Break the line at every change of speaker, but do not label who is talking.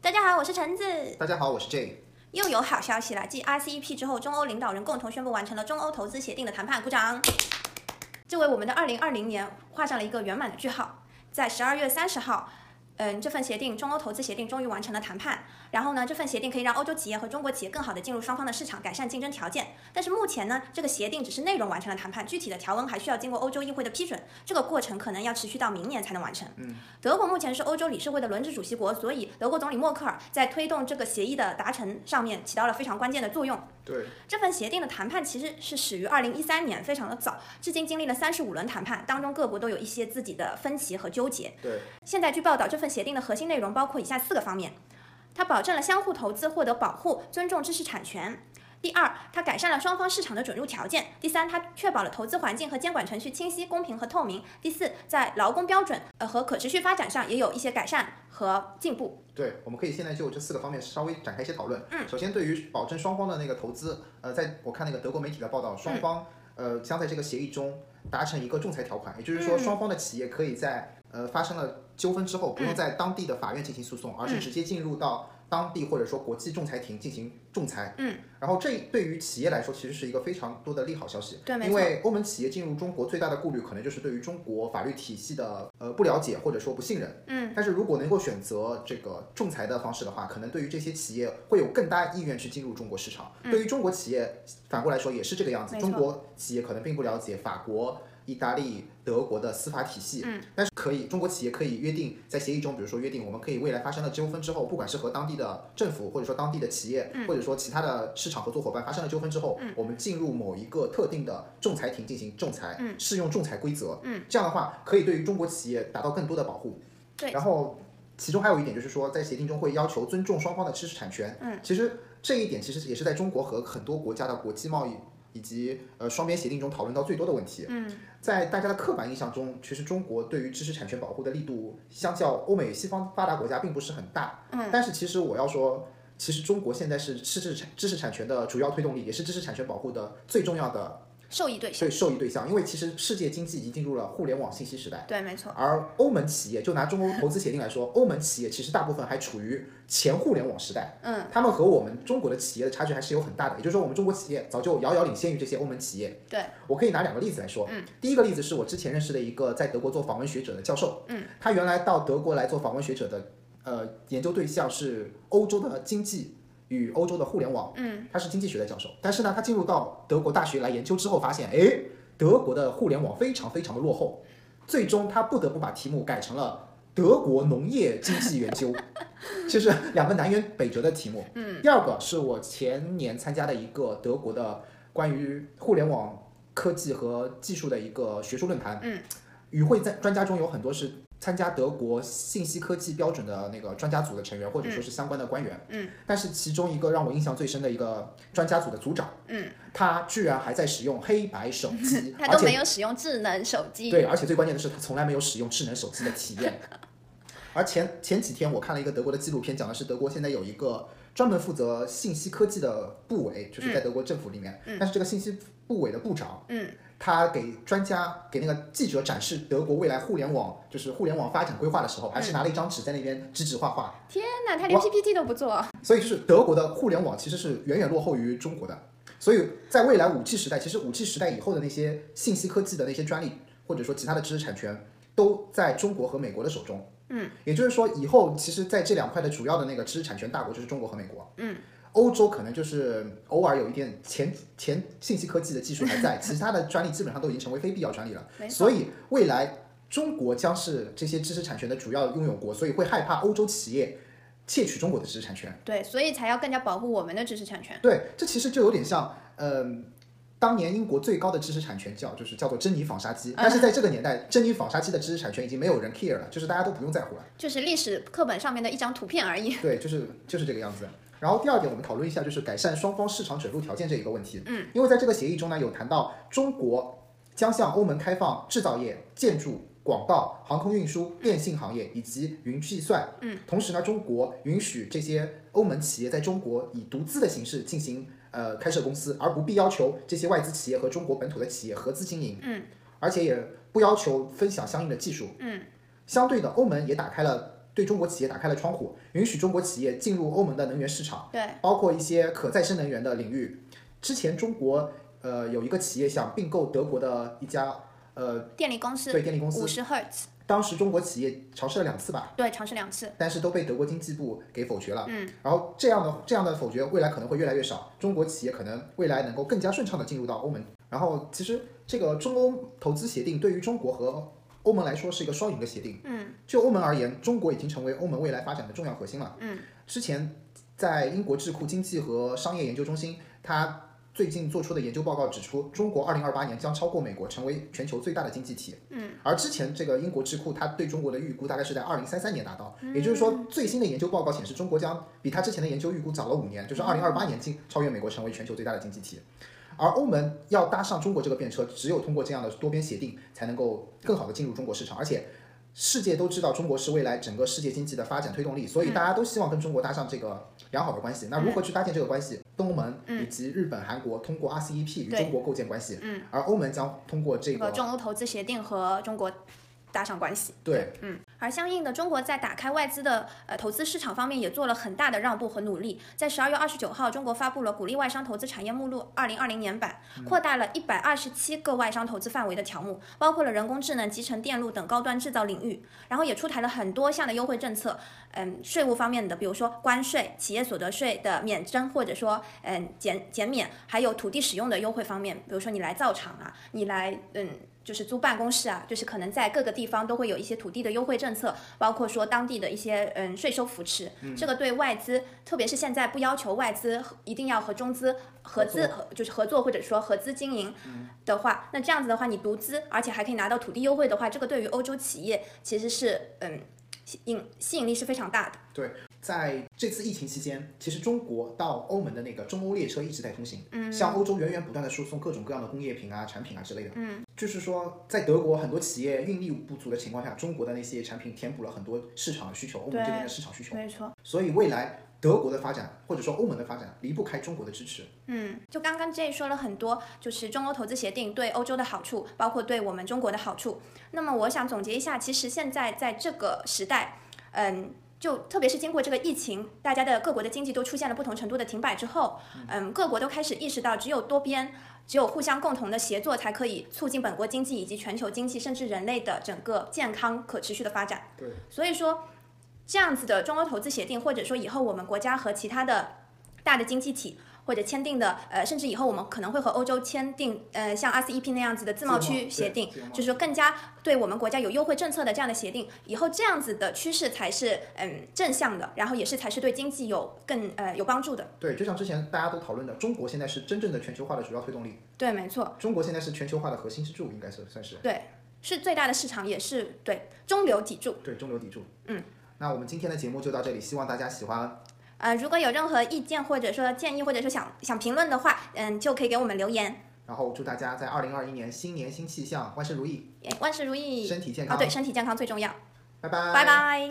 大家好，我是橙子。
大家好，我是 J。
又有好消息啦！继 RCEP 之后，中欧领导人共同宣布完成了中欧投资协定的谈判，鼓掌。这为我们的2020年画上了一个圆满的句号。在12月30号，嗯，这份协定中欧投资协定终于完成了谈判。然后呢，这份协定可以让欧洲企业和中国企业更好的进入双方的市场，改善竞争条件。但是目前呢，这个协定只是内容完成了谈判，具体的条文还需要经过欧洲议会的批准，这个过程可能要持续到明年才能完成。德国目前是欧洲理事会的轮值主席国，所以德国总理默克尔在推动这个协议的达成上面起到了非常关键的作用。
对，
这份协定的谈判其实是始于二零一三年，非常的早，至今经历了三十五轮谈判，当中各国都有一些自己的分歧和纠结。
对，
现在据报道，这份协定的核心内容包括以下四个方面：它保证了相互投资获得保护，尊重知识产权。第二，它改善了双方市场的准入条件；第三，它确保了投资环境和监管程序清晰、公平和透明；第四，在劳工标准呃和可持续发展上也有一些改善和进步。
对，我们可以现在就这四个方面稍微展开一些讨论。嗯，首先对于保证双方的那个投资，呃，在我看那个德国媒体的报道，
嗯
双方、呃将在这个协议中达成一个仲裁条款，也就是
嗯
说双方的企业可以在呃发生了纠纷之后，
嗯
不用在当地的法院进行诉讼，而是直接进入到当地或者说国际仲裁庭进行仲裁。
嗯，
然后这对于企业来说其实是一个非常多的利好消息。
对没错
因为欧盟企业进入中国最大的顾虑可能就是对于中国法律体系的呃不了解或者说不信任。但是如果能够选择这个仲裁的方式的话，可能对于这些企业会有更大意愿去进入中国市场。对于中国企业，反过来说也是这个样子。
没错
中国企业可能并不了解法国、意大利、德国的司法体系，嗯、但是可以，中国企业可以约定在协议中，比如说约定我们可以未来发生了纠纷之后，不管是和当地的政府或者说当地的企业，或者说其他的市场合作伙伴发生了纠纷之后，我们进入某一个特定的仲裁庭进行仲裁，适用仲裁规则。嗯、这样的话，可以对于中国企业达到更多的保护。
对
然后其中还有一点就是说，在协定中会要求尊重双方的知识产权。嗯，其实这一点其实也是在中国和很多国家的国际贸易以及呃双边协定中讨论到最多的问题。嗯，在大家的刻板印象中，其实中国对于知识产权保护的力度，相较欧美西方发达国家并不是很大。嗯，但是其实我要说。其实中国现在是知识产知识产权的主要推动力，也是知识产权保护的最重要的
受益对象。
对受益对象。因为其实世界经济已经进入了互联网信息时代，
对，没错。
而欧盟企业，就拿中欧投资协定来说，欧盟企业其实大部分还处于前互联网时代，
嗯，
他们和我们中国的企业的差距还是有很大的。也就是说，我们中国企业早就遥遥领先于这些欧盟企业。
对，
我可以拿两个例子来说，嗯，第一个例子是我之前认识的一个在德国做访问学者的教授，嗯，他原来到德国来做访问学者的，呃，研究对象是欧洲的经济。与欧洲的互联网，嗯，他是经济学的教授，但是呢，他进入到德国大学来研究之后，发现，哎，德国的互联网非常非常的落后，最终他不得不把题目改成了德国农业经济研 究，这是两个南辕北辙的题目。嗯，第二个是我前年参加的一个德国的关于互联网科技和技术的一个学术论坛。
嗯，
与会在专家中有很多是参加德国信息科技标准的那个专家组的成员，或者说是相关的官员。
嗯，
但是其中一个让我印象最深的一个专家组的组长，
嗯，，
他居然还在使用黑白手机
他
而
都
且
没有使用智能手机。
对，而且最关键的是，他从来没有使用智能手机的体验。而前前几天我看了一个德国的纪录片，讲的是德国现在有一个专门负责信息科技的部委，就是在德国政府里面。但是这个信息部委的部长，
嗯，
他给专家给那个记者展示德国未来互联网就是互联网发展规划的时候，还
嗯
是拿了一张纸在那边指指画画。
天哪，他连 PPT 都不做。
所以就是德国的互联网其实是远远落后于中国的，所以在未来五 G 时代，其实五 G 时代以后的那些信息科技的那些专利或者说其他的知识产权，都在中国和美国的手中。嗯，也就是说，以后其实在这两块的主要的那个知识产权大国就是中国和美国。嗯，欧洲可能就是偶尔有一点前前信息科技的技术还在，其他的专利基本上都已经成为非必要专利了
没。错
所以未来中国将是这些知识产权的主要拥有国，所以会害怕欧洲企业窃取中国的知识产权。
对，所以才要更加保护我们的知识产权。
对，这其实就有点像，嗯、当年英国最高的知识产权叫就是叫做珍妮纺纱机，但是在这个年代，珍妮纺纱机的知识产权已经没有人 care 了，就是大家都不用在乎了。
就是历史课本上面的一张图片而已。
对，就是就是这个样子。然后第二点，我们讨论一下就是改善双方市场准入条件这一个问题。嗯，因为在这个协议中呢，有谈到中国将向欧盟开放制造业、建筑、广告、航空运输、电信行业以及云计算。嗯，同时呢，中国允许这些欧盟企业在中国以独资的形式进行呃开设公司，而不必要求这些外资企业和中国本土的企业合资经营。嗯嗯，而且也不要求分享相应的技术。相对的，欧盟也打开了对中国企业打开了窗户，允许中国企业进入欧盟的能源市场，
对，
包括一些可再生能源的领域。之前中国呃有一个企业想并购德国的一家呃
电力公司
对电力公
五
司，
十赫兹，
当时中国企业尝试了两次吧，
对，尝试两次，
但是都被德国经济部给否决了。
嗯，
然后这样的这样的否决，未来可能会越来越少，中国企业可能未来能够更加顺畅的进入到欧盟。然后其实这个中欧投资协定对于中国和欧盟来说是一个双赢的协定。
嗯，
就欧盟而言，中国已经成为欧盟未来发展的重要核心了。
嗯，
之前在英国智库经济和商业研究中心，它最近做出的研究报告指出，中国二零二八年将超过美国，成为全球最大的经济体。
嗯，
而之前这个英国智库它对中国的预估大概是在二零三三年达到，
嗯
也就是说最新的研究报告显示，中国将比它之前的研究预估早了五年，
嗯
就是二零二八年进超越美国，成为全球最大的经济体。而欧盟要搭上中国这个便车，只有通过这样的多边协定，才能够更好的进入中国市场，而且世界都知道中国是未来整个世界经济的发展推动力，所以
嗯
大家都希望跟中国搭上这个良好的关系。那如何去搭建这个关系？东欧盟以及日本、韩国通过 RCEP 与
嗯对
中国构建关系，
嗯，
而欧盟将通过这
这个
个
中欧投资协定和中国搭上关系。
对
而相应的，中国在打开外资的呃投资市场方面也做了很大的让步和努力。在十二月二十九号，中国发布了《鼓励外商投资产业目录（二零二零年版）》，扩大了一百二十七个外商投资范围的条目，包括了人工智能、集成电路等高端制造领域。然后也出台了很多项的优惠政策，嗯，税务方面的，比如说关税、企业所得税的免征或者说嗯减减免，还有土地使用的优惠方面，比如说你来造厂啊，你来嗯就是租办公室啊，就是可能在各个地方都会有一些土地的优惠政策，包括说当地的一些嗯税收扶持。这个对外资，特别是现在不要求外资和一定要和中资合资合就是合作或嗯者说合资经营的话，那这样子的话，你独资而且还可以拿到土地优惠的话，这个对于欧洲企业其实是嗯吸引吸引力是非常大的。
在这次疫情期间，其实中国到欧盟的那个中欧列车一直在通行，嗯，向欧洲源源不断的输送各种各样的工业品啊、产品啊之类的，嗯，就是说在德国很多企业运力不足的情况下，中国的那些产品填补了很多市场的需求，欧盟这边的市场需求。
没错，
所以未来德国的发展，或者说欧盟的发展，离不开中国的支持。
嗯，就刚刚 J 说了很多，就是中欧投资协定对欧洲的好处，包括对我们中国的好处。那么我想总结一下，其实现在在这个时代，嗯。就特别是经过这个疫情，大家的各国的经济都出现了不同程度的停摆之后，嗯，各国都开始意识到，只有多边，只有互相共同的协作，才可以促进本国经济以及全球经济，甚至人类的整个健康可持续的发展。
对，
所以说这样子的中欧投资协定，或者说以后我们国家和其他的大的经济体。或者签订的，呃，甚至以后我们可能会和欧洲签订，呃，像 RCEP 那样子的自贸区协定，
对自贸
就是说更加对我们国家有优惠政策的这样的协定，以后这样子的趋势才是嗯正向的，然后也是才是对经济有更呃有帮助的。
对，就像之前大家都讨论的，中国现在是真正的全球化的主要推动力，
对，没错。
中国现在是全球化的核心支柱，应该是算是
是最大的市场，也是对中流砥柱。
对中流砥柱。
嗯，
那我们今天的节目就到这里，希望大家喜欢。
呃，如果有任何意见或者说建议，或者说想想评论的话，嗯，就可以给我们留言。
然后祝大家在二零二一年新年新气象，万事如意，
也万事如意，
啊身体健
哦，
康。
对，身体健康最重要。
嗯拜拜，
拜拜。